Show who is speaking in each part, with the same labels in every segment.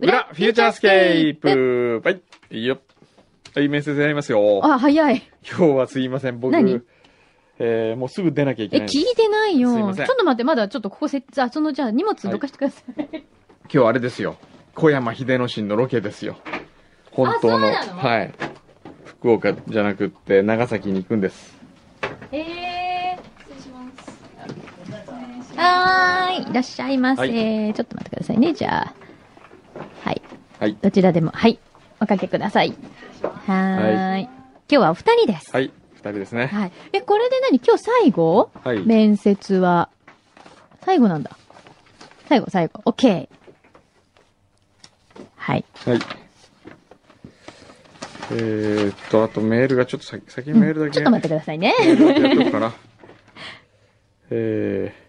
Speaker 1: 裏、フューチャースケー。プはい。いいよ。はい、面接やりますよ。
Speaker 2: あ、早い。
Speaker 1: 今日はすいません、僕。
Speaker 2: 何
Speaker 1: えー、もうすぐ出なきゃいけ
Speaker 2: え、
Speaker 1: ない。
Speaker 2: 聞いてないよ。
Speaker 1: すい
Speaker 2: ちょ
Speaker 1: ま
Speaker 2: っ
Speaker 1: せん
Speaker 2: と待って、まだちょっとここせ、あ、その、じゃあ荷物どかしてください。
Speaker 1: 今日あれですよ。小山秀之進のロケですよ。本当の。
Speaker 2: あそうなの
Speaker 1: はい。福岡じゃなくって、長崎に行くんです。
Speaker 2: えー。はーい。いらっしゃいませ、
Speaker 1: は
Speaker 2: ちょっと待ってくださいね、じゃあ。はい。
Speaker 1: はい
Speaker 2: どちらでも、はい。おかけください。はーい,、
Speaker 1: は
Speaker 2: 今日はお二人です。
Speaker 1: はい。二人ですね。
Speaker 2: はい。え、これで何今日最後
Speaker 1: はい。
Speaker 2: 面接は。最後なんだ。最後、最後。OK。はい。
Speaker 1: はい。えー、っと、あとメールがちょっと先、先にメールだけ、
Speaker 2: ちょっと待ってくださいね。
Speaker 1: メールだけやっとく かな。えー、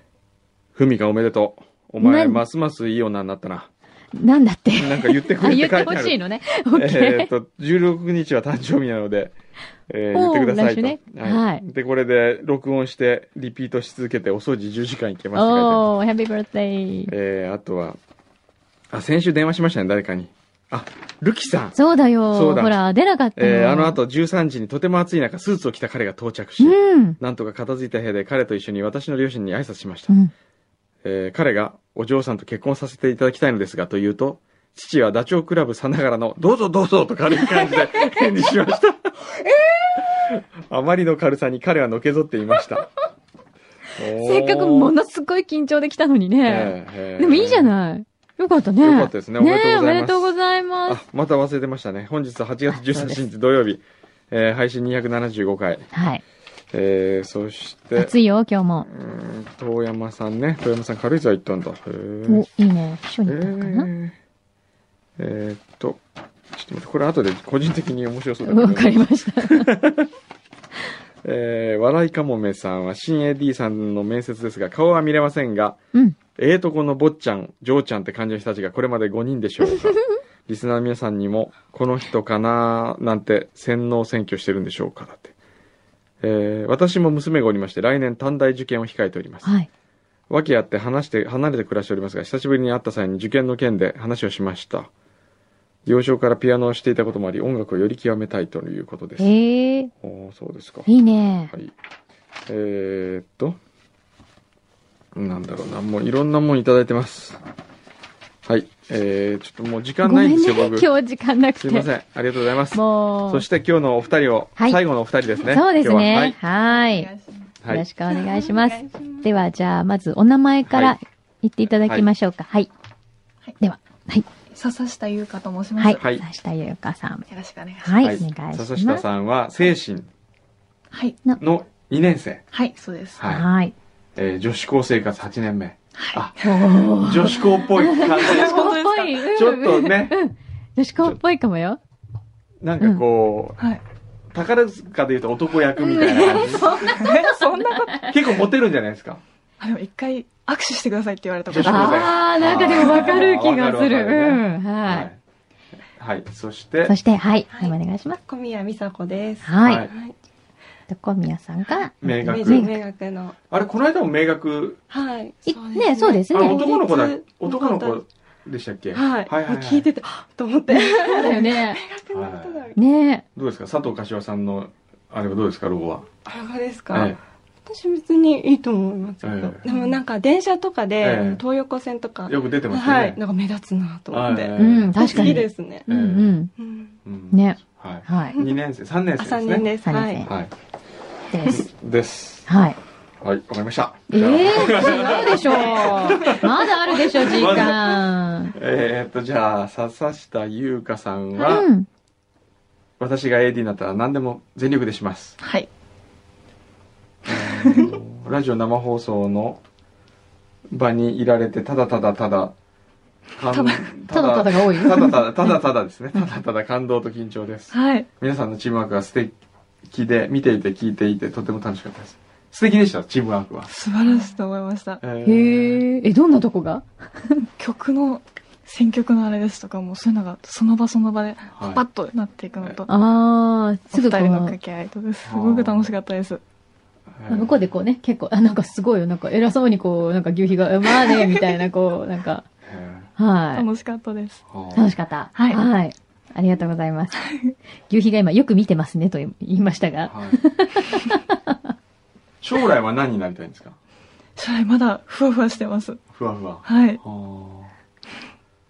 Speaker 1: ふみかおめでとう。お前、
Speaker 2: 何
Speaker 1: ますますいい女になったな。
Speaker 2: なんだって。
Speaker 1: なんか言ってく
Speaker 2: あ、
Speaker 1: れって
Speaker 2: 言
Speaker 1: 書い
Speaker 2: って
Speaker 1: あ
Speaker 2: て
Speaker 1: る。
Speaker 2: ほしいのね。
Speaker 1: えー
Speaker 2: OK。
Speaker 1: っと、16日は誕生日なので、えー言
Speaker 2: お
Speaker 1: っ
Speaker 2: ー
Speaker 1: てください
Speaker 2: 来週
Speaker 1: と。
Speaker 2: ねはい
Speaker 1: で、これで録音して、リピートし続けて、お掃除10時間いけますって書いてあります
Speaker 2: おー、ハッピーバースデー。
Speaker 1: えー、あとは、あ、先週電話しましたね、誰かに。あ、ルキさん。
Speaker 2: そうだよ。
Speaker 1: そうだ
Speaker 2: ほら、出なかった
Speaker 1: えーあの。後13時にとても暑い中、スーツを着た彼が到着し、
Speaker 2: うん。
Speaker 1: なんとか片付いた部屋で彼と一緒に私の両親に挨拶しました。
Speaker 2: うん。
Speaker 1: えー彼がお嬢さんと結婚させていただきたいのですが、というと、父はダチョウ倶楽部さながらの、どうぞどうぞと軽い感じで 返事しました。 あまりの軽さに彼はのけぞっていました。
Speaker 2: せっかくものすごい緊張できたのにね。でもいいじゃ
Speaker 1: い。
Speaker 2: ない。よかったね。
Speaker 1: よかったですねおめでとうご
Speaker 2: ね
Speaker 1: ざいます
Speaker 2: えおめでとうございます。
Speaker 1: あ、また忘れてましたね。本日8月13日土曜日、えー配信275回。
Speaker 2: はい。
Speaker 1: えーそして、
Speaker 2: 暑いよ、今日も。
Speaker 1: うーん遠山さんね。遠山さん軽井沢行ったんだ。へー
Speaker 2: お、いいね。秘書
Speaker 1: え
Speaker 2: に行ったのかな
Speaker 1: ー、えーっと、ちょっと待って、これ後で個人的に面白そうだ
Speaker 2: わかりました。
Speaker 1: えー、笑いかもめさんは新 AD さんの面接ですが、顔は見れませんが、
Speaker 2: うん。
Speaker 1: ええとこの坊ちゃん、嬢ちゃんって感じの人たちがこれまで5人でしょうか。 リスナーの皆さんにも、この人かななんて洗脳選挙してるんでしょうかだって。えー、私も娘がおりまして、来年短大受験を控えております。
Speaker 2: はい。
Speaker 1: 訳あって話して離れて暮らしておりますが久しぶりに会った際に受験の件で話をしました幼少からピアノをしていたこともあり音楽をより極めたいということです
Speaker 2: へえ、
Speaker 1: おーそうですかはい
Speaker 2: いね。
Speaker 1: いえー、っとなんだろうなもういろんなもんいただいてますはいえー、ちょっともう時
Speaker 2: ご
Speaker 1: 間ない
Speaker 2: め
Speaker 1: ん
Speaker 2: ん
Speaker 1: です
Speaker 2: ね
Speaker 1: よ、僕
Speaker 2: 今日時間なくて。
Speaker 1: すいませんありがとうございます
Speaker 2: もう。
Speaker 1: そして今日のお二人を、
Speaker 2: はい
Speaker 1: 最後のお二人ですね
Speaker 2: そうです
Speaker 1: 今
Speaker 2: ね。
Speaker 1: 日
Speaker 2: はい。よ
Speaker 1: ははい、は
Speaker 2: ろ
Speaker 1: い
Speaker 2: しくお願いします。
Speaker 3: お願いします
Speaker 2: では、じゃあ、まずお名前から言っていただきましょうか。はい。
Speaker 3: はい
Speaker 2: では、はい。
Speaker 3: 笹下優香と申します。
Speaker 2: はい。
Speaker 1: はい
Speaker 2: 明日ゆうかさん。
Speaker 3: よろしくお願いします。
Speaker 2: はい。
Speaker 1: はい
Speaker 2: お願いします。
Speaker 1: 笹下さんは精神
Speaker 3: はい。
Speaker 1: の2年生
Speaker 3: はい、そうです。
Speaker 1: はい
Speaker 2: はい。
Speaker 1: えー女子高生活8年目。
Speaker 3: は
Speaker 2: 女
Speaker 1: 女子高っぽい感じで
Speaker 2: 子
Speaker 1: す。
Speaker 2: 校っぽい。うん
Speaker 1: ちょっと。ね、
Speaker 2: 女子校っぽいかもよ。
Speaker 1: なんかこ
Speaker 3: い。はい。
Speaker 1: う、宝塚で言うと男役みたいな感じ。
Speaker 3: え、 そんなこと。
Speaker 1: 結構モテるんじゃないですか。
Speaker 3: あ、でも一回握手してくださいって言われたこと
Speaker 1: 女子高
Speaker 3: あ
Speaker 1: 校生
Speaker 2: あー、なんかでもわかる気がする。
Speaker 1: あーわかるわかる
Speaker 2: うん。はい。
Speaker 1: はい。はい。そして
Speaker 2: そ、して、はい。お
Speaker 3: はい
Speaker 2: 願いします。
Speaker 4: 小宮美佐子です。
Speaker 2: は
Speaker 1: はい
Speaker 2: い。
Speaker 4: はい。
Speaker 2: 小宮さんが。
Speaker 1: 明
Speaker 4: 明
Speaker 1: 学。
Speaker 4: 治明学の。
Speaker 1: あれ、この間も明学、
Speaker 4: はい。
Speaker 2: いねそうです
Speaker 1: あ
Speaker 2: ね
Speaker 1: れ男の子だ
Speaker 4: 当日、
Speaker 1: 男の子でしたっけ
Speaker 4: はい。
Speaker 1: はいはいはい
Speaker 4: 聞いてて、はっと思って。明
Speaker 2: そうだよね。
Speaker 4: 学のことだ。
Speaker 2: ね
Speaker 1: どうですか佐藤柏さんの、あれはどうですかロゴは。
Speaker 4: あれですか、
Speaker 1: え
Speaker 4: 私別にいいと思いますけど。
Speaker 1: ええ
Speaker 4: でもなんか電車とかで、
Speaker 1: ええ
Speaker 4: 東横線とか、
Speaker 1: えよく出てますよ
Speaker 4: は
Speaker 1: ね
Speaker 4: い。。なんか目立つなと思って。
Speaker 1: は
Speaker 2: え。
Speaker 1: い
Speaker 2: うん、確か
Speaker 4: 好き
Speaker 2: に。
Speaker 4: ですね。
Speaker 2: うんうん。
Speaker 4: うん。
Speaker 1: うん
Speaker 2: ね。
Speaker 1: はい。
Speaker 2: はい。
Speaker 1: 2年生、3年
Speaker 4: あ、
Speaker 1: 生ですね。
Speaker 4: 3年です。
Speaker 2: 三年
Speaker 4: は
Speaker 2: 生
Speaker 4: い。
Speaker 1: はい。
Speaker 2: です。
Speaker 1: です。
Speaker 2: はい。
Speaker 1: はい、わかりました。
Speaker 2: え
Speaker 1: じゃあ
Speaker 2: えー、違うでし ょう。まだあるでしょ、時間。
Speaker 1: えー、っと、じゃあ、笹下優香さんは、
Speaker 2: うん。
Speaker 1: 私が AD になったら何でも全力でします。
Speaker 3: はい。
Speaker 1: ラジオ生放送の場にいられて、ただただただ、感た
Speaker 2: ただた
Speaker 1: だ
Speaker 2: だが多い。
Speaker 1: ただただ、ただただですね。ただただ感動と緊張です。
Speaker 3: はい。
Speaker 1: 皆さんのチームワークは素敵で、見ていて聞いていてとても楽しかったです。素敵でした、チームワークは。
Speaker 3: 素晴らしいと思いました。
Speaker 1: へ
Speaker 2: へえ、え、どんなとこが
Speaker 3: 曲の、選曲のあれですとかも、そういうのが、その場その場で、
Speaker 1: はい
Speaker 3: パッとなっていくのと、
Speaker 2: ああ、
Speaker 3: お
Speaker 2: す
Speaker 3: 二
Speaker 2: ぐ
Speaker 3: 人
Speaker 2: こ
Speaker 3: の掛
Speaker 2: う、
Speaker 3: け合いとです。すごく楽しかったです。
Speaker 2: 向こうでこうね、結構、あ、なんかすごいよ、なんか偉そうにこう、なんか牛皮が、まあね、みたいな、こう、なんか、
Speaker 1: へー
Speaker 2: は。
Speaker 3: 楽しかったです。
Speaker 1: はい
Speaker 2: 楽しかった。
Speaker 3: はい
Speaker 2: はい。ありがとうございます。牛皮が今よく見てますねと言いましたが。
Speaker 1: はい 将来は何になりたいんですか
Speaker 3: 将来まだふわふわしてます。
Speaker 1: ふわふわ。
Speaker 3: はい。
Speaker 1: は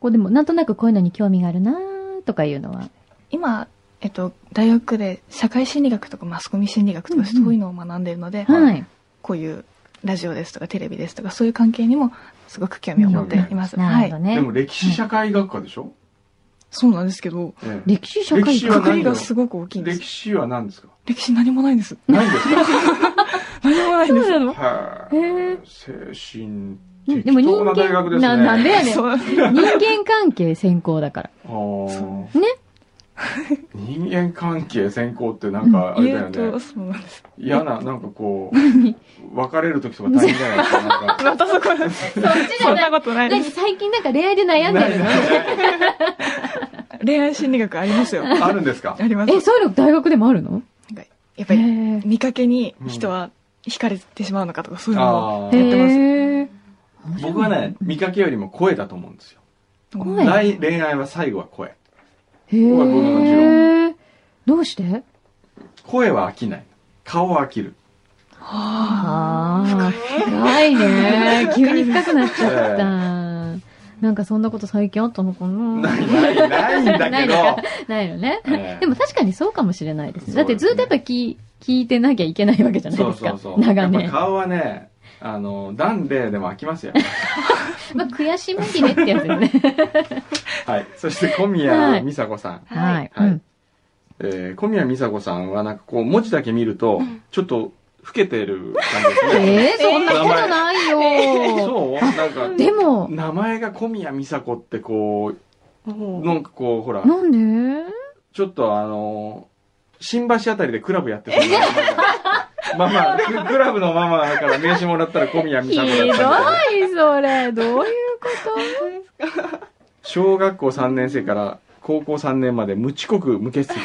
Speaker 2: こうでもなんとなくこういうのに興味があるなーとかいうのは。
Speaker 3: 今、えっと、大学で社会心理学とかマスコミ心理学と
Speaker 2: うんう
Speaker 3: か
Speaker 2: ん
Speaker 3: そういうのを学んでいるので、
Speaker 1: はい
Speaker 2: はい。
Speaker 3: こういうラジオですとかテレビですとかそういう関係にもすごく興味を持っています。
Speaker 2: な
Speaker 3: は
Speaker 2: るほど
Speaker 3: い。
Speaker 1: あ
Speaker 2: ね。
Speaker 1: でも歴史社会学科でしょ、
Speaker 3: そうなんですけど、
Speaker 1: ええ
Speaker 2: 歴史社会
Speaker 1: 歴史は
Speaker 2: 学
Speaker 1: 何
Speaker 3: く
Speaker 1: だ
Speaker 3: くりがすごく大きいんです
Speaker 1: 歴。史は何ですか
Speaker 3: 歴史何もないんです。
Speaker 1: ないん ですか
Speaker 3: 何もないんです。
Speaker 2: なの
Speaker 1: は
Speaker 2: へえ
Speaker 1: い。精神的
Speaker 2: でも人
Speaker 1: 当な
Speaker 2: 間
Speaker 1: 大学ですね。
Speaker 2: ななんでやねん。人
Speaker 3: そう
Speaker 2: 間関係専攻だから。
Speaker 1: あー
Speaker 2: ね
Speaker 1: 人間関係専攻ってなんかあれだ
Speaker 3: 言
Speaker 1: よ
Speaker 3: うと、
Speaker 1: ね。
Speaker 3: そうなんです。
Speaker 1: 嫌な、なんかこう、別れる時とか大変じゃないですか。なんか
Speaker 3: またそこら、
Speaker 2: そっちじ
Speaker 3: そ
Speaker 2: ゃ
Speaker 3: ん
Speaker 2: な。
Speaker 3: ないことないで
Speaker 2: 何
Speaker 3: す。
Speaker 2: 最近なんか恋愛で 悩んでるの
Speaker 3: 恋愛心理学ありますよ。
Speaker 1: あるんですか
Speaker 3: あります。
Speaker 2: え、そういうの大学でもあるの
Speaker 3: やっぱ
Speaker 2: へ
Speaker 3: り、
Speaker 2: ー
Speaker 3: 見かけに人は惹かれてしまうのかとかそういうの
Speaker 1: あ
Speaker 3: を。
Speaker 2: へ
Speaker 1: ー
Speaker 3: ってます
Speaker 2: ー
Speaker 1: 僕はね、見かけよりも声だと思うんですよ。
Speaker 2: 声
Speaker 1: 大恋愛は最後は声。
Speaker 2: へ
Speaker 1: 僕はどうなのジロ
Speaker 2: ーどうして
Speaker 1: 声は飽きない。顔は飽きる。
Speaker 2: ああ、深いね。急に深くなっちゃっ
Speaker 1: え
Speaker 2: た。なんかそんなこと最近あったのかな
Speaker 1: ない、ない、ないんだ
Speaker 2: な
Speaker 1: け
Speaker 2: い
Speaker 1: ど
Speaker 2: の。かないよね。
Speaker 1: ええ
Speaker 2: でも確かにそうかもしれないです。
Speaker 1: そうですね
Speaker 2: だってずっとやっぱ聞い聞いてなきゃいけないわけじゃない
Speaker 1: そ
Speaker 2: で
Speaker 1: う
Speaker 2: す
Speaker 1: そ
Speaker 2: か
Speaker 1: う。そう。
Speaker 2: 長
Speaker 1: や
Speaker 2: 年
Speaker 1: っぱ。顔はね、あの、なんででも飽 きますよ。
Speaker 2: まあ悔し紛れってやつよね。
Speaker 1: はい。そして小
Speaker 2: は
Speaker 1: 宮
Speaker 2: い
Speaker 1: 美佐子さん。
Speaker 2: はい。
Speaker 1: はい
Speaker 2: うん
Speaker 1: えー小宮美佐子さんはなんかこう、文字だけ見ると、ちょっと老けてる感じですね。
Speaker 2: ええ、そんなことないよ。
Speaker 1: そうなんか、
Speaker 2: でも、
Speaker 1: 名前が小宮美佐子ってこう、
Speaker 4: も
Speaker 1: なんかこう、ほら、
Speaker 2: なんで
Speaker 1: ちょっとあのー新橋あたりでクラブやっ てそうなママ、ククラブのママから名刺もらったら小宮美
Speaker 2: ひど
Speaker 1: 佐
Speaker 2: い
Speaker 1: 子だったんで、
Speaker 2: それ。 どういうこと
Speaker 1: 小学校3年生から高校3年まで無遅刻、無 欠席、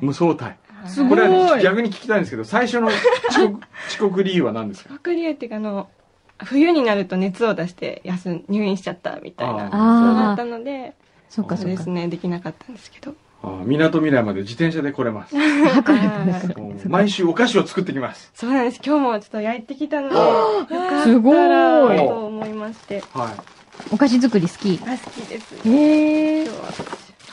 Speaker 1: 無相対。
Speaker 2: すご
Speaker 1: こ
Speaker 2: い
Speaker 1: れはね逆に聞きたいんですけど、最初の遅刻 遅刻理由は何ですか
Speaker 4: う。わかり合いっていうか、あの、冬になると熱を出して休ん、入院しちゃったみたいな。そうな
Speaker 2: あ
Speaker 4: った
Speaker 2: あ、
Speaker 4: ので、
Speaker 2: そっか
Speaker 4: そ
Speaker 2: そ
Speaker 4: う
Speaker 2: っ
Speaker 4: で
Speaker 2: か
Speaker 4: す。ね、できなかったんですけど。
Speaker 1: あみなとみらいまで自転車で来れ ます。
Speaker 2: わかるわかる
Speaker 1: もう毎週お菓子を作ってきます。
Speaker 4: そうなんです。今日もちょっと焼いてきたので、よかっ
Speaker 2: すご
Speaker 4: たら、
Speaker 2: い
Speaker 4: と思いまして。
Speaker 1: は
Speaker 2: お菓子作り好き。
Speaker 4: あ、好きです。
Speaker 2: へえ
Speaker 4: 今日。は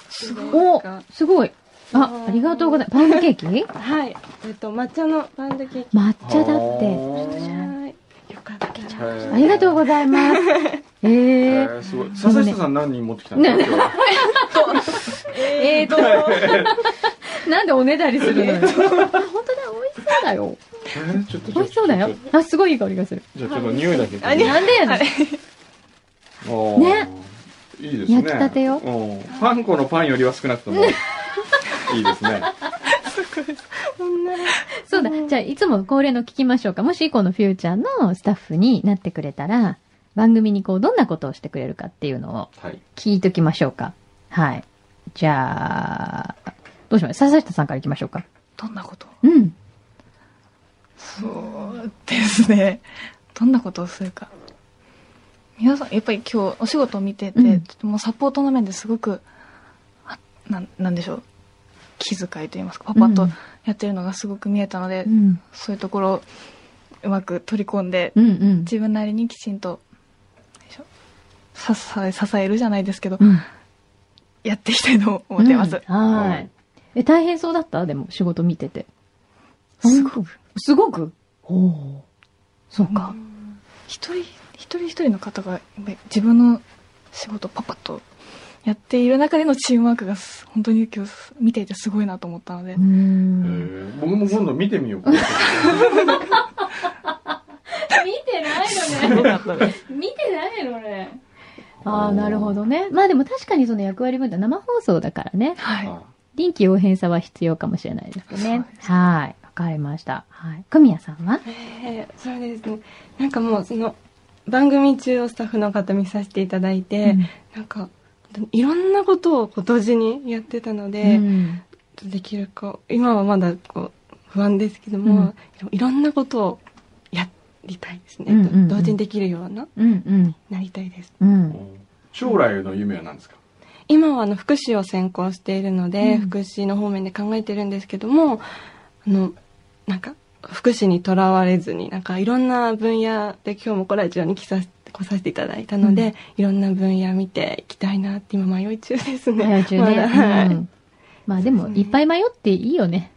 Speaker 4: 私。
Speaker 2: お
Speaker 4: なんか
Speaker 2: すごい。あ、ありがとうございます。パウンドケーキ
Speaker 4: はい。えっと、抹茶のパウンドケーキ。
Speaker 2: 抹
Speaker 1: い。
Speaker 2: 茶だって。
Speaker 1: っ
Speaker 4: はいよかった。
Speaker 2: ありがとうござい ます。え
Speaker 1: え
Speaker 2: え。
Speaker 1: ー、すごい。佐々木さん何人持ってきたんですか今日は
Speaker 2: えーと、なんでおねだりするのよ。あ 本当だ、美味しそうだよ。
Speaker 1: えーちょっと
Speaker 2: 美味しそうだよ。あ、すごいいい香りがする。
Speaker 1: じゃあちょっと匂いだけ。
Speaker 4: あ匂い
Speaker 2: なんでやねん。
Speaker 1: おー
Speaker 2: ね。
Speaker 1: いいですね。
Speaker 2: 焼きたてよ
Speaker 1: うんパン粉のパンよりは少なく とも。いいですね。
Speaker 4: そんな。
Speaker 2: そうだ。じゃあ、いつも恒例の聞きましょうか。もし以降のフューチャーのスタッフになってくれたら、番組にこう、どんなことをしてくれるかっていうのを
Speaker 1: はい。
Speaker 2: 聞いときましょうか。はい。じゃあ、どうします笹下さんから行きましょうか。
Speaker 3: どんなこと
Speaker 2: うん。
Speaker 3: そうですね。どんなことをするか。皆さん、やっぱり今日お仕事を見てて、
Speaker 2: うん
Speaker 3: もうサポートの面ですごく、あなんなんでしょう。気遣いといいますか、パパとやってるのがすごく見えたので、
Speaker 2: うん。
Speaker 3: そういうところをうまく取り込んで、
Speaker 2: うんうん。
Speaker 3: 自分なりにきちんと、よいしょ支え、支えるじゃないですけど、
Speaker 2: うん。
Speaker 3: やっていきたいと思ってます。
Speaker 2: うんは
Speaker 1: はいい。
Speaker 2: え、大変そうだったでも、仕事見てて。
Speaker 3: す
Speaker 2: ごく。すごくおお。そうか。
Speaker 3: 一人一人一人の方がやっぱり自分の仕事をパパッとやっている中でのチームワークがす本当に今日す見ていてすごいなと思ったので、
Speaker 2: うーん。
Speaker 1: 僕も今度見てみようかな。
Speaker 2: 見てない
Speaker 3: すごかったです。
Speaker 2: 見てないのね。ああ、なるほどね。まあでも確かにその役割分担、生放送だからね。
Speaker 3: はい。
Speaker 1: あ
Speaker 2: 臨機応変さは必要かもしれないですね
Speaker 3: そう。
Speaker 2: はい。わかりました。はい。神谷さんは
Speaker 4: えーそうですね。なんかもう、その、番組中をスタッフの方見させていただいて、なんか、いろんなことをこう同時にやってたの
Speaker 2: う
Speaker 4: で、
Speaker 2: ん。
Speaker 4: できるか、今はまだこう、不安ですけども、いろんなことをやりたいですね。
Speaker 2: うんうんうん
Speaker 4: 同時にできるような、
Speaker 2: うんうん。
Speaker 4: なりたいです。
Speaker 2: うん。
Speaker 1: ー将来の夢は何ですか、
Speaker 4: 今はあの福祉を専攻しているので、
Speaker 2: うん
Speaker 4: 福祉の方面で考えてるんですけどもあのなんか福祉にとらわれずになんかいろんな分野で今日もコラジオに来させ来させていただいたので、
Speaker 2: う
Speaker 4: いろんな分野見ていきたいなって今迷い中ですね。
Speaker 2: 迷い中
Speaker 4: まだはい
Speaker 2: ね。うんまあでも、いっぱい迷っていいよね。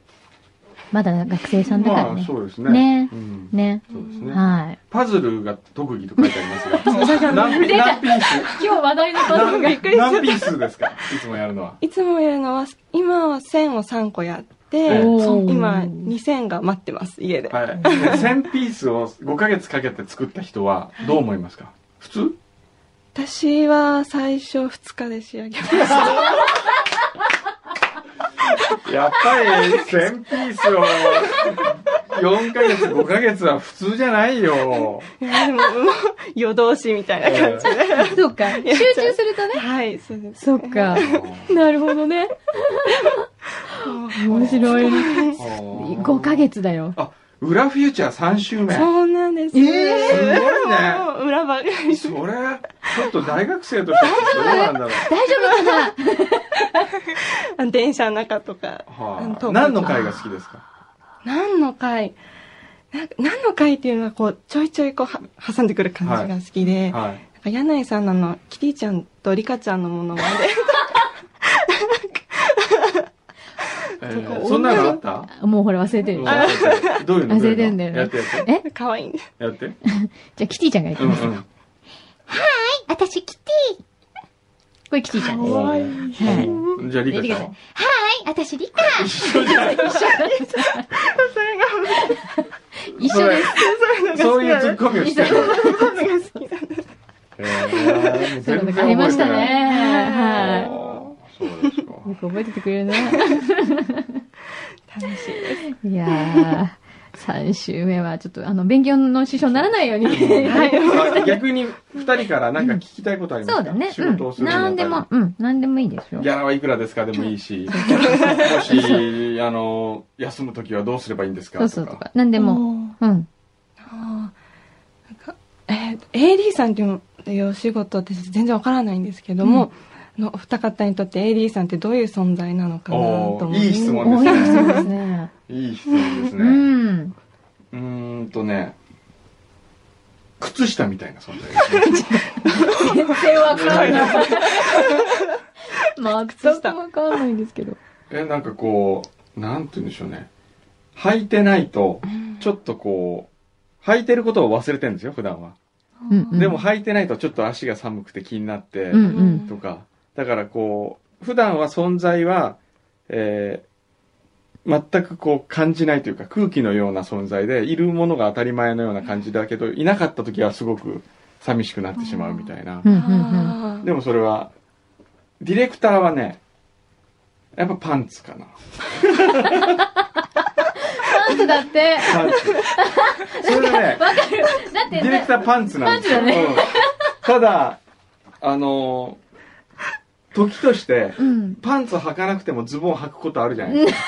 Speaker 2: まだ学生さんだから
Speaker 1: まあ
Speaker 2: ね。
Speaker 1: そうですね
Speaker 2: ね
Speaker 1: うん
Speaker 2: ね。
Speaker 1: そうですね、
Speaker 2: はい。
Speaker 1: パズルが特技と書いてありますが何ピ何ピース
Speaker 2: 今日話題のパズルが。
Speaker 1: 何何ピースですかいつもやるのはい
Speaker 4: つもやるのは今は1000を3個やって
Speaker 1: お
Speaker 2: ー
Speaker 4: 今2000が待ってます家で、
Speaker 1: はい、1000ピースを5ヶ月かけて作った人はどう思いますか普通
Speaker 4: 私は最初2日で仕上げました
Speaker 1: やっぱり1000ピースを4ヶ月5ヶ月は普通じゃな いよ
Speaker 4: いや でももう夜通しみたいな感じで、
Speaker 2: そうか。集中するとね。
Speaker 4: はいそうです
Speaker 2: そうか。なるほどね。面白いね。5
Speaker 1: 5
Speaker 2: ヶ月だよ。
Speaker 1: あ裏フューチャー3周目
Speaker 4: そうなんです。
Speaker 2: えー
Speaker 1: すごいね
Speaker 4: もう裏ばっかり。
Speaker 1: それちょっと大学生としてどうな んだろ
Speaker 2: 大
Speaker 1: う
Speaker 2: 丈夫かな
Speaker 4: あ電車の中とか。
Speaker 1: は
Speaker 4: トー
Speaker 1: あ、
Speaker 4: ク
Speaker 1: 何の回が好きですか
Speaker 4: 何の回なんか何の回っていうのはこう、ちょいちょいこうは、挟んでくる感じが好きで、なん
Speaker 1: はい
Speaker 4: か柳井さんのあの、キティちゃんとリカちゃんのものま
Speaker 1: え
Speaker 4: そこ
Speaker 1: ーそんなのあった
Speaker 2: もうほら忘れてる
Speaker 1: う
Speaker 2: で
Speaker 1: ん
Speaker 2: しょ。
Speaker 1: どういうの
Speaker 2: 忘れてんだよね
Speaker 1: どういうのやって
Speaker 2: え
Speaker 4: で、 可愛いんで。
Speaker 1: やってやって
Speaker 2: じゃあキティちゃんがいき
Speaker 1: うん
Speaker 2: ます。
Speaker 1: うん
Speaker 2: 私キティ。これキティちゃんです。
Speaker 3: 可
Speaker 2: は
Speaker 3: 愛い
Speaker 2: い。
Speaker 1: じゃあ、リカちゃんは。
Speaker 2: はい、私リカ。
Speaker 1: 一緒じゃない。
Speaker 2: 一緒です。
Speaker 1: そういうツッコミをしてる。えー
Speaker 2: そういうのがありましたね。。
Speaker 1: 全然覚えてない
Speaker 2: は
Speaker 1: あーそうですか
Speaker 2: い。よく覚えててくれるね。
Speaker 4: 楽しいです。
Speaker 2: いやー、3週目はちょっと、あの、勉強の支障にならないように。はい。
Speaker 1: あ逆に、二人からなんか聞きたいことありま
Speaker 2: そ
Speaker 1: すか
Speaker 2: うだね。
Speaker 1: 仕事を
Speaker 2: う
Speaker 1: す
Speaker 2: ん。
Speaker 1: るにあた
Speaker 2: な
Speaker 1: り
Speaker 2: んでも、うん。なんでもいいですよ。
Speaker 1: ギャラはいくらですかでもいいし、もし、あの、休むときはどうすればいいんですか
Speaker 2: そうそうとか。なんでも。
Speaker 3: も
Speaker 2: うん。
Speaker 4: あーなんかえーと AD さんっていうっていうお仕事って全然わからないんですけども、あのお二方にとって AD さんってどういう存在なのかなと
Speaker 1: お
Speaker 4: 思
Speaker 1: ー
Speaker 4: って
Speaker 1: いい質問
Speaker 2: 多い
Speaker 1: で
Speaker 2: ですす
Speaker 1: ね。
Speaker 2: ね。
Speaker 1: いい質問です
Speaker 2: う
Speaker 1: ね。
Speaker 2: ん。
Speaker 1: うーんとね、靴下みたいな存在ですね。
Speaker 2: 全然わかんない。全くわかんないんですけど。
Speaker 1: えなんかこうなんて言うんでしょうね履いてないとちょっとこう履いてることを忘れてるんですよ普段は、
Speaker 2: うんうん
Speaker 1: でも履いてないとちょっと足が寒くて気になって、
Speaker 2: うんうん。
Speaker 1: とかだからこう普段は存在は、えー全くこう感じないというか空気のような存在でいるものが当たり前のような感じだけどいなかった時はすごく寂しくなってしまうみたいな
Speaker 2: うんうんうん。
Speaker 4: あー
Speaker 1: でもそれは、ディレクターはね、やっぱパンツかな。
Speaker 2: パンツだって。
Speaker 1: パンツ。それで ね、
Speaker 2: わかる。だっ
Speaker 1: デ
Speaker 2: て
Speaker 1: ィレクターパンツなんですよ。
Speaker 2: パンツだね
Speaker 1: うんただ、あのー時として、
Speaker 2: うん。
Speaker 1: パンツ履かなくてもズボン履くことあるじゃないですか。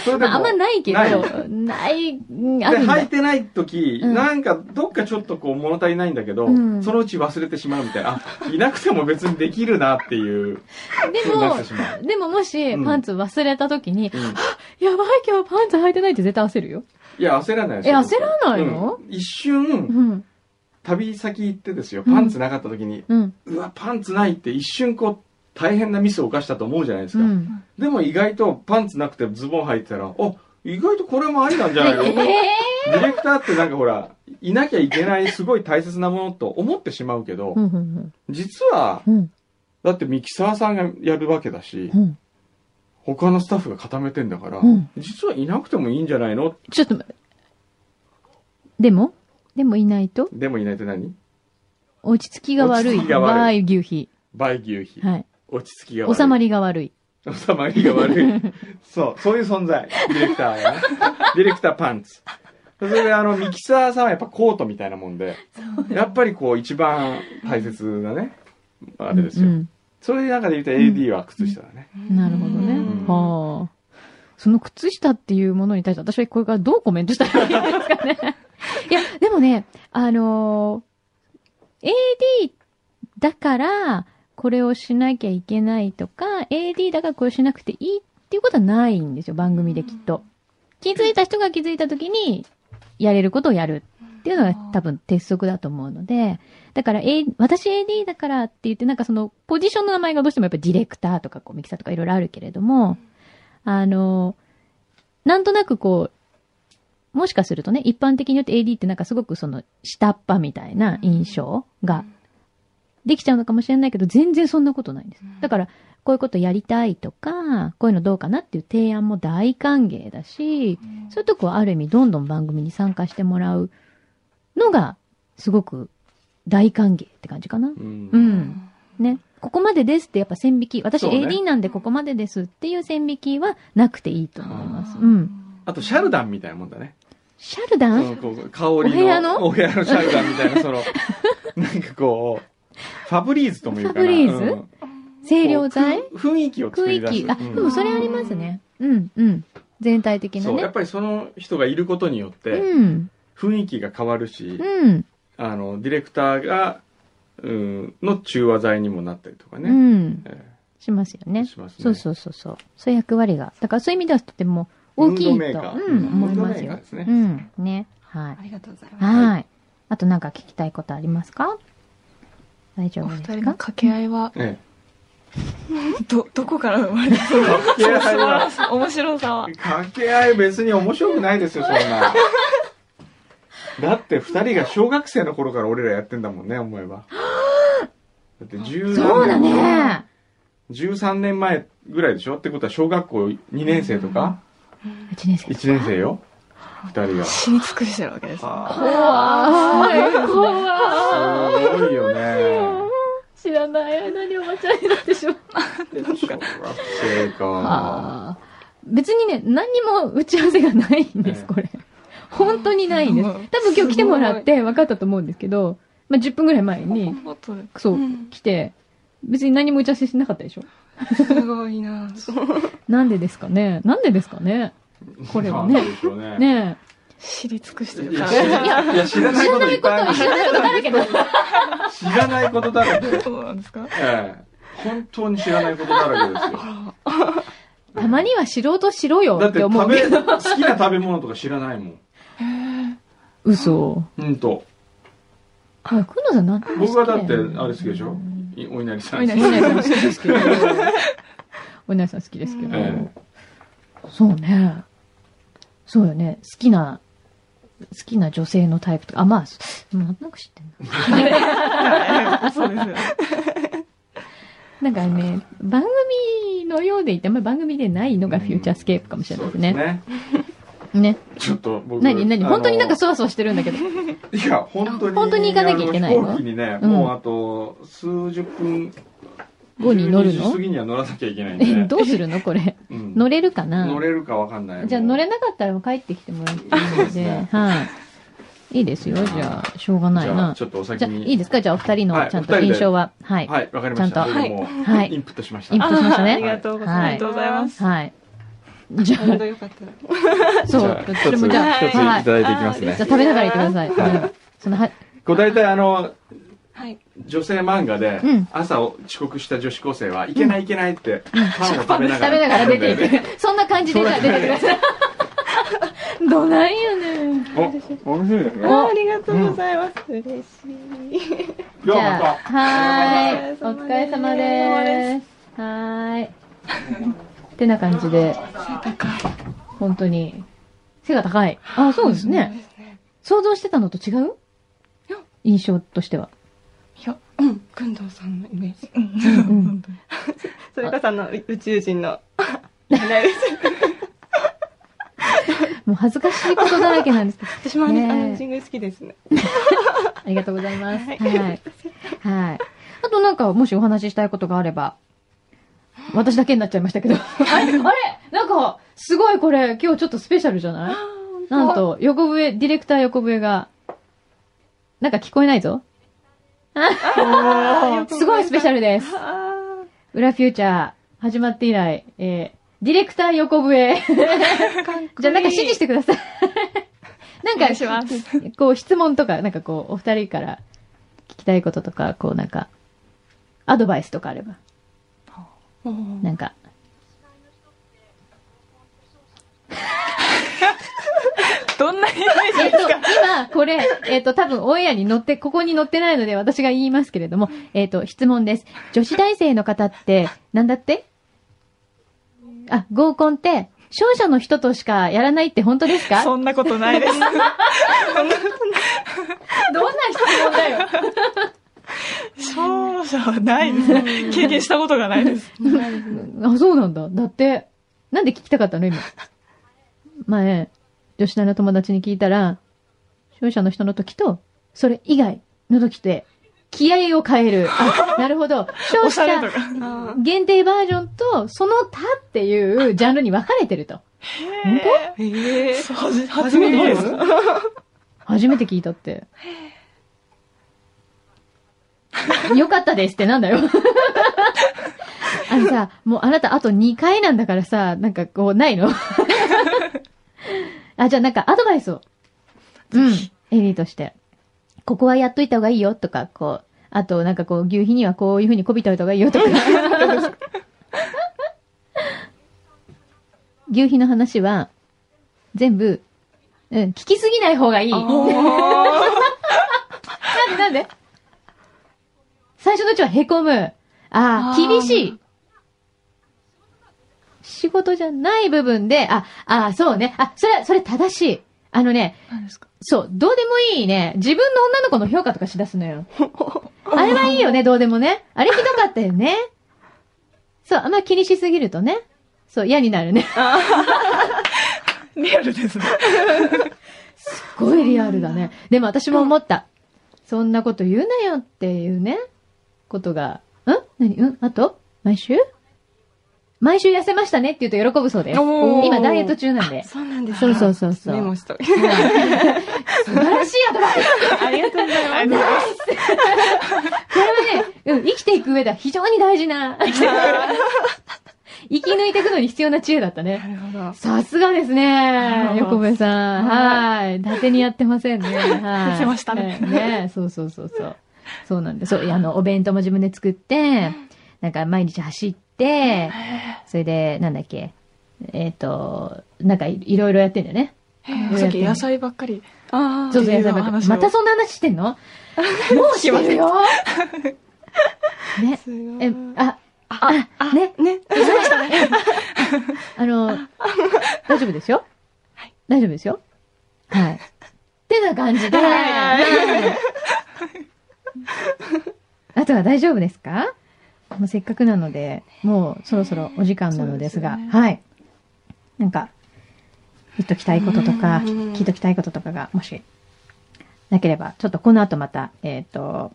Speaker 1: それで
Speaker 2: まあ、あんまないけど
Speaker 1: ない、
Speaker 2: ない、うんあ
Speaker 1: で
Speaker 2: るんだ
Speaker 1: 履いてない時、
Speaker 2: うん
Speaker 1: なんかどっかちょっとこう物足りないんだけど、
Speaker 2: うん
Speaker 1: そのうち忘れてしまうみたいなあいなくても別にできるなっていう
Speaker 2: で
Speaker 1: ふうになっ
Speaker 2: も
Speaker 1: て、しまう、
Speaker 2: でももし
Speaker 1: うん
Speaker 2: パンツ忘れた時に、
Speaker 1: うん
Speaker 2: やばい今日パンツ履いてないって絶対焦るよ。
Speaker 1: いや焦らないです
Speaker 2: え、
Speaker 1: よ
Speaker 2: 焦らないの
Speaker 1: うん一
Speaker 2: う
Speaker 1: 瞬、
Speaker 2: ん。
Speaker 1: 旅先行ってですよ、
Speaker 2: うん
Speaker 1: パンツなかった時に、
Speaker 2: うん。
Speaker 1: うわ、パンツないって一瞬こう、大変なミスを犯したと思うじゃないです
Speaker 2: う
Speaker 1: か。
Speaker 2: ん。
Speaker 1: でも意外とパンツなくてズボン履いてたら、あ、意外とこれもありなんじゃ
Speaker 2: え
Speaker 1: ないの
Speaker 2: ー
Speaker 1: ディレクターってなんかほら、いなきゃいけないすごい大切なものと思ってしまうけど
Speaker 2: う、んうん
Speaker 1: 実は
Speaker 2: う、ん。
Speaker 1: だってミキサーさんがやるわけだし
Speaker 2: う、ん。
Speaker 1: 他のスタッフが固めてんだから
Speaker 2: うん、
Speaker 1: 実はいなくてもいいんじゃないの
Speaker 2: ちょっと待って、でもでもいないと
Speaker 1: でもいないって何
Speaker 2: 落ち着きが悪
Speaker 1: 落
Speaker 2: い。
Speaker 1: ち着きが悪い
Speaker 2: 場合、牛
Speaker 1: バイ牛皮
Speaker 2: 皮。。はい。
Speaker 1: 落ち着きが悪い。
Speaker 2: 収まりが悪い。
Speaker 1: 収まりが悪 い。そう、そういう存在。ディレクターがね。ディレクターパンツ。それで、あの、ミキサーさんはやっぱコートみたいなもんで、やっぱりこう、一番大切なね、あれですよ。
Speaker 2: うん
Speaker 1: そういう中で言うと AD は靴下だね。
Speaker 2: うん。なるほどね
Speaker 1: うん。
Speaker 2: はあ。その靴下っていうものに対して私はこれからどうコメントしたらいいです かね。いや、でもね、あのー AD だから、これをしなきゃいけないとか、AD だからこれしなくていいっていうことはないんですよ、番組できっと。気づいた人が気づいた時に、やれることをやるっていうのが多分鉄則だと思うので、だから、A、私 AD だからって言って、なんかその、ポジションの名前がどうしてもやっぱりディレクターとか、こう、ミキサーとかいろいろあるけれども、あの、なんとなくこう、もしかするとね、一般的によって AD ってなんかすごくその、下っ端みたいな印象ができちゃうのかもしれないけど、全然そんなことないんです。だから、こういうことやりたいとか、こういうのどうかなっていう提案も大歓迎だし、そういうとこはある意味どんどん番組に参加してもらうのが、すごく大歓迎って感じかな。
Speaker 1: うん
Speaker 2: う。ん。ね。ここまでですってやっぱ線引き。私
Speaker 1: そうね
Speaker 2: AD なんでここまでですっていう線引きはなくていいと思います。うん。
Speaker 1: あと、シャルダンみたいなもんだね。
Speaker 2: シャルダ
Speaker 1: そ
Speaker 2: ン
Speaker 1: のこう香りの。お
Speaker 2: お部屋の
Speaker 1: 部屋のシャルダンみたいな、 その、なんかこう、ファブリーズとも言うかな。
Speaker 2: ファブリーズ
Speaker 1: うん
Speaker 2: 清涼剤
Speaker 1: こうふ雰囲気を作
Speaker 2: 雰
Speaker 1: り
Speaker 2: 囲
Speaker 1: 出す。
Speaker 2: 気。あ、で
Speaker 1: うん
Speaker 2: もそれありますね。うん、うん。全体的な
Speaker 1: そう、やっ
Speaker 2: ね。
Speaker 1: ぱりその人がいることによっ
Speaker 2: う
Speaker 1: て、
Speaker 2: ん。
Speaker 1: 雰囲気が変わるし、
Speaker 2: うん。
Speaker 1: あの、ディレクターが、うん、の中和剤にもなったりとか
Speaker 2: う
Speaker 1: ね。
Speaker 2: ん。
Speaker 1: え
Speaker 2: しますよ
Speaker 1: え
Speaker 2: ね。
Speaker 1: しますね。
Speaker 2: そうそうそうそう。そういう役割が。だからそういう意味ではとても大きい
Speaker 1: ムードメーカ
Speaker 2: と、
Speaker 1: ー
Speaker 2: うん、
Speaker 1: ム
Speaker 2: 思
Speaker 1: ー
Speaker 2: い
Speaker 1: ドメーカー
Speaker 2: ますよ
Speaker 1: ですね。
Speaker 2: うん。ね。はい
Speaker 4: あ。りがとうございます。
Speaker 2: はい。あとなんか聞きたいことありますか大丈
Speaker 3: お
Speaker 2: 夫
Speaker 3: 二
Speaker 2: です
Speaker 3: 人
Speaker 2: か
Speaker 3: の掛け合いは、
Speaker 1: え
Speaker 3: ど、どこから生まれた
Speaker 1: え。掛け合いは、
Speaker 3: 面白 さは。
Speaker 1: 掛け合い別に面白くないですよ、そんな。だって二人が小学生の頃から俺らやってんだもんね、思えば。だって十
Speaker 2: そうだ
Speaker 1: 何年
Speaker 2: ね。
Speaker 1: 13年前ぐらいでしょってことは小学校2年生とか
Speaker 2: 一年生。
Speaker 1: 1年生よ二人が。
Speaker 3: 死に尽くしてるわけです。
Speaker 1: あ
Speaker 2: わ
Speaker 1: ーすごいよね。
Speaker 2: 知らない間におばちゃんになってしまう。
Speaker 1: 小学生か。
Speaker 2: ああ。別にね、何にも打ち合わせがないんで
Speaker 1: え
Speaker 2: す、
Speaker 1: え
Speaker 2: これ。本当にないんです。多
Speaker 3: うん
Speaker 2: 分今日来てもらって分かったと思うんですけど、まあ、10分ぐらい前に、
Speaker 3: もっと
Speaker 2: そう
Speaker 4: う、ん
Speaker 2: 来て、別に何も打ち合わせしてなかったでしょ
Speaker 4: すごいな。
Speaker 2: なんでですかねなんでですかねこれはね
Speaker 1: なんでしょう ね
Speaker 2: ね
Speaker 3: 知り尽くして
Speaker 1: い
Speaker 3: るか
Speaker 1: や
Speaker 3: ら
Speaker 1: 知。らないいや知らないこといっぱいある
Speaker 2: え。知らないことだらけど。
Speaker 1: 知らないことだらけ。
Speaker 3: そうなんですか
Speaker 1: ええ本当に知らないことだらけですよ。
Speaker 2: たまには知ろうとしろよ
Speaker 1: だっ
Speaker 2: ってて思
Speaker 1: 食
Speaker 2: う。
Speaker 1: べ、好きな食べ物とか知らないもん。
Speaker 2: 嘘。
Speaker 1: うんと。
Speaker 2: はい、くんのさんなん
Speaker 1: 僕はだって、あれ好きでしょいお稲荷さん。
Speaker 3: お稲
Speaker 2: お
Speaker 3: 荷
Speaker 2: 姉さん好きですけど。お姉さん好きですけど。
Speaker 1: え
Speaker 2: そうね。そうよね。好きな、好きな女性のタイプとか。あ、まあ、そなんとなく知ってんな。
Speaker 3: そうですよ。
Speaker 2: なんかね、番組のようでいて、あんまり番組でないのがフューチャースケープかもしれないです
Speaker 1: そう
Speaker 2: ね。ね。
Speaker 1: ちょっと僕。
Speaker 2: 何何
Speaker 1: あの
Speaker 2: 本当になんかそわそわしてるんだけど。
Speaker 1: いや、本当に。
Speaker 2: 本当に行かなきゃいけないの
Speaker 1: あ飛行機にね、
Speaker 2: うん
Speaker 1: もうあと、数十分
Speaker 2: 後に乗る
Speaker 1: 12時
Speaker 2: の
Speaker 1: 過ぎには乗らなきゃいけないんで。
Speaker 2: え、どうするのこれ。
Speaker 1: うん
Speaker 2: 乗れるかな
Speaker 1: 乗れるかわかんない。
Speaker 2: じゃあ乗れ
Speaker 1: な
Speaker 2: なかったら帰ってきてもらっていい
Speaker 1: そうで
Speaker 2: の
Speaker 1: す
Speaker 2: で、
Speaker 1: ね
Speaker 2: はい。いいですよ。じゃあ、しょうがない
Speaker 1: じ
Speaker 2: な。
Speaker 1: ゃあ、ちょっとお
Speaker 2: じ
Speaker 1: 先
Speaker 2: ゃあ、
Speaker 1: に。
Speaker 2: いいですかじゃあ、お二人
Speaker 1: はい
Speaker 2: のちゃん
Speaker 1: お二
Speaker 2: と
Speaker 1: 人で
Speaker 2: 印象は。はい。
Speaker 1: はい、わかりました。
Speaker 2: ちゃんと
Speaker 1: どうも
Speaker 2: はい
Speaker 1: インプットしました。
Speaker 2: インプットしました
Speaker 3: あ
Speaker 2: ね。
Speaker 3: りがとうございます。
Speaker 2: はい
Speaker 3: ありがとうございます。
Speaker 2: はい。じゃ
Speaker 4: ちょうどよかった。
Speaker 2: あ、そ
Speaker 1: じ
Speaker 2: う
Speaker 1: ゃ。あ一
Speaker 2: それ
Speaker 1: つ、
Speaker 2: も
Speaker 1: 一つい
Speaker 2: じゃあ、は
Speaker 1: た
Speaker 2: い。じゃ
Speaker 1: だいていきます
Speaker 2: あ
Speaker 1: ね。
Speaker 2: 食べながら行ってください。
Speaker 1: はい
Speaker 2: うんその、は、
Speaker 1: こう大体あの、
Speaker 4: はい。
Speaker 1: 女性漫画で
Speaker 2: うん、
Speaker 1: 朝を遅刻した女子高生は、いけないいけないって、パンを食べな
Speaker 2: 食
Speaker 1: がら。
Speaker 2: べながら出ていく。そんな感じでじゃあ出てください。 どないよね。
Speaker 1: お、面白いですね。
Speaker 4: ありがとうございます。嬉しい。
Speaker 1: じ
Speaker 2: じ
Speaker 1: ゃ
Speaker 2: ゃ
Speaker 1: あ、
Speaker 2: あ、
Speaker 1: ま
Speaker 2: はーい。お
Speaker 4: お
Speaker 2: 疲
Speaker 4: 疲
Speaker 2: れ
Speaker 4: れ
Speaker 2: 様
Speaker 4: 様
Speaker 2: で。
Speaker 4: です
Speaker 2: はーい。ってな感じで、本当に、背が高い。あ、そうですね。想像してたのと違う
Speaker 4: いや
Speaker 2: 印象としては。
Speaker 3: いや、
Speaker 4: うん。くんどうさんのイメージ。
Speaker 2: うん。
Speaker 4: それこそあの、宇宙人の。いないです
Speaker 2: もう恥ずかしいことだらけなんですけど。
Speaker 4: 私もあの、
Speaker 2: ねえ
Speaker 4: あの神宮好きですね。
Speaker 2: ありがとうございます。はい。はい。あとなんか、もしお話ししたいことがあれば、私だけになっちゃいましたけど。あれあれなんか、すごいこれ、今日ちょっとスペシャルじゃないなんと、横笛、ディレクター横笛が、なんか聞こえないぞ。
Speaker 4: あー
Speaker 2: すごいスペシャルです。
Speaker 4: あ
Speaker 2: 裏フューチャー、始まって以来、えー、ディレクター横笛。
Speaker 4: ーかっこいい
Speaker 2: じゃあなんか指示してくだ さい。なん
Speaker 3: お願いしま
Speaker 2: か、こう質問とか、なんかこう、お二人から聞きたいこととか、こうなんか、アドバイスとかあれば。
Speaker 4: うん
Speaker 2: なんか。
Speaker 3: どんなイメージ
Speaker 2: えっと、今、これ、えっと、多分オンエアに乗って、ここに乗ってないので私が言いますけれども、えっと、質問です。女子大生の方って、なんだってあ、合コンって、勝者の人としかやらないって本当ですか
Speaker 3: そんなことないです。
Speaker 2: どんな質問だよ。
Speaker 3: 勝者はないですね。経験したことがないです。
Speaker 2: あ、そうなんだ。だって、なんで聞きたかったの今。前、女子大の友達に聞いたら、勝者の人の時と、それ以外の時で、気合を変える。あ、なるほど。
Speaker 3: お
Speaker 2: 勝
Speaker 3: しゃれ
Speaker 2: 者
Speaker 3: とか。
Speaker 4: あ
Speaker 2: 限定バージョンと、その他っていうジャンルに分かれてると。本
Speaker 4: ーええ
Speaker 3: そう初初めてです。
Speaker 2: 初めて聞いたって。よかったですってなんだよ。あのさ、もうあなたあと2回なんだからさ、なんかこう、ないのあ、じゃあなんかアドバイスを。うん。エリーとして。ここはやっといた方がいいよとか、こう。あと、なんかこう、牛皮にはこういう風にこびておいた方がいいよとか。牛皮の話は、全部、うん、聞きすぎない方がいい。なんでなんで最初のうちは凹む。ああ、
Speaker 3: あー
Speaker 2: 厳しい。仕事じゃない部分で、あ、あー、そうね。あ、それは、それ正しい。あのね、
Speaker 3: 何ですか
Speaker 2: そう、どうでもいいね。自分の女の子の評価とかしだすの よ。あれはいいよね、どうでもね。あれひどかったよね。そう、あんま気にしすぎるとね。そう、嫌になるね。
Speaker 3: リアルですね。
Speaker 2: すごいリアルだね。でも私も思った。そんなこと言うなよっていうね、ことが。ん何うんあと毎週毎週痩せましたねって言うと喜ぶそうです。
Speaker 4: おー
Speaker 2: 今ダイエット中なんで。
Speaker 4: そうなんです
Speaker 2: そうそうそうそう
Speaker 4: メモしといて
Speaker 2: 素晴らしいアドバイス
Speaker 4: ありがとうございます
Speaker 2: これはね、うん、生きていく上では非常に大事 な、生き抜いていくのに必要な知恵だったね。
Speaker 4: なるほど
Speaker 2: さすがですね
Speaker 3: は。い
Speaker 2: 横部さん。はい。伊達にやってません ね。はい。
Speaker 3: 痩せましたね
Speaker 2: ええねそうそうそう そう。そうなんです。そう、いやあの、お弁当も自分で作って、なんか毎日走って、それで、なんだっけ、えっ、と、なんかいいろいろやってんだよね。
Speaker 3: さっき野菜ばっかり。
Speaker 4: あ
Speaker 2: そう
Speaker 4: あ
Speaker 2: そう、
Speaker 3: い
Speaker 2: 野菜ば
Speaker 3: ろいろ
Speaker 2: っかり
Speaker 3: 話を
Speaker 2: またそんな話してんの もうしてるよね。
Speaker 4: すごい
Speaker 2: え、あ、あ、あね、
Speaker 4: ね
Speaker 2: あの、大丈夫ですよ。大丈夫ですよ。はい。ってな感じで。はい あとは大丈夫ですかもうせっかくなので、もうそろそろお時間なのですが、
Speaker 3: そうですよ
Speaker 2: はい。なんか、言っときたいこととか、
Speaker 4: うん
Speaker 2: 聞いときたいこととかが、もし、なければ、ちょっとこの後また、えっ、と、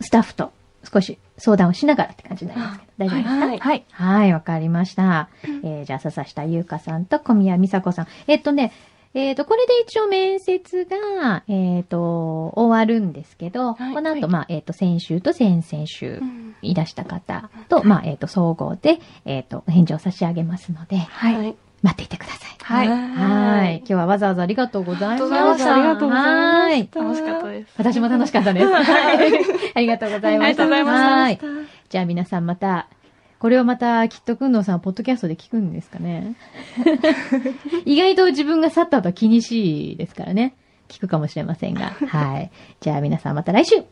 Speaker 2: スタッフと少し相談をしながらって感じになりますけど、大丈夫ですか
Speaker 4: はい
Speaker 2: はい。はい、わかりました。えー、じゃあ、笹下優香さんと小宮美佐子さん。えっとね、えっと、これで一応面接が、えっと、終わるんですけど、
Speaker 4: はい
Speaker 2: この後、
Speaker 4: はい
Speaker 2: まあ、えっと、先週と先々週
Speaker 4: う、ん
Speaker 2: いらした方と、まあ、えっと、総合で、えっと、お返事を差し上げますので、
Speaker 4: はい
Speaker 2: 待っていてください。
Speaker 3: はい
Speaker 2: はい。今日はわざわざありがとうございました。
Speaker 4: ありがとうございま
Speaker 2: は
Speaker 4: し
Speaker 2: い。
Speaker 4: た
Speaker 3: 楽しかったです。
Speaker 2: 私も楽しかったです。はい ありがとうございました。
Speaker 3: ありがとうございました
Speaker 2: はいじゃあ皆さんまた、これをまたきっとくんのさん、ポッドキャストで聞くんですかね。 意外と自分が去った後は気にしいですからね。聞くかもしれませんが。はい。じゃあ皆さんまた来週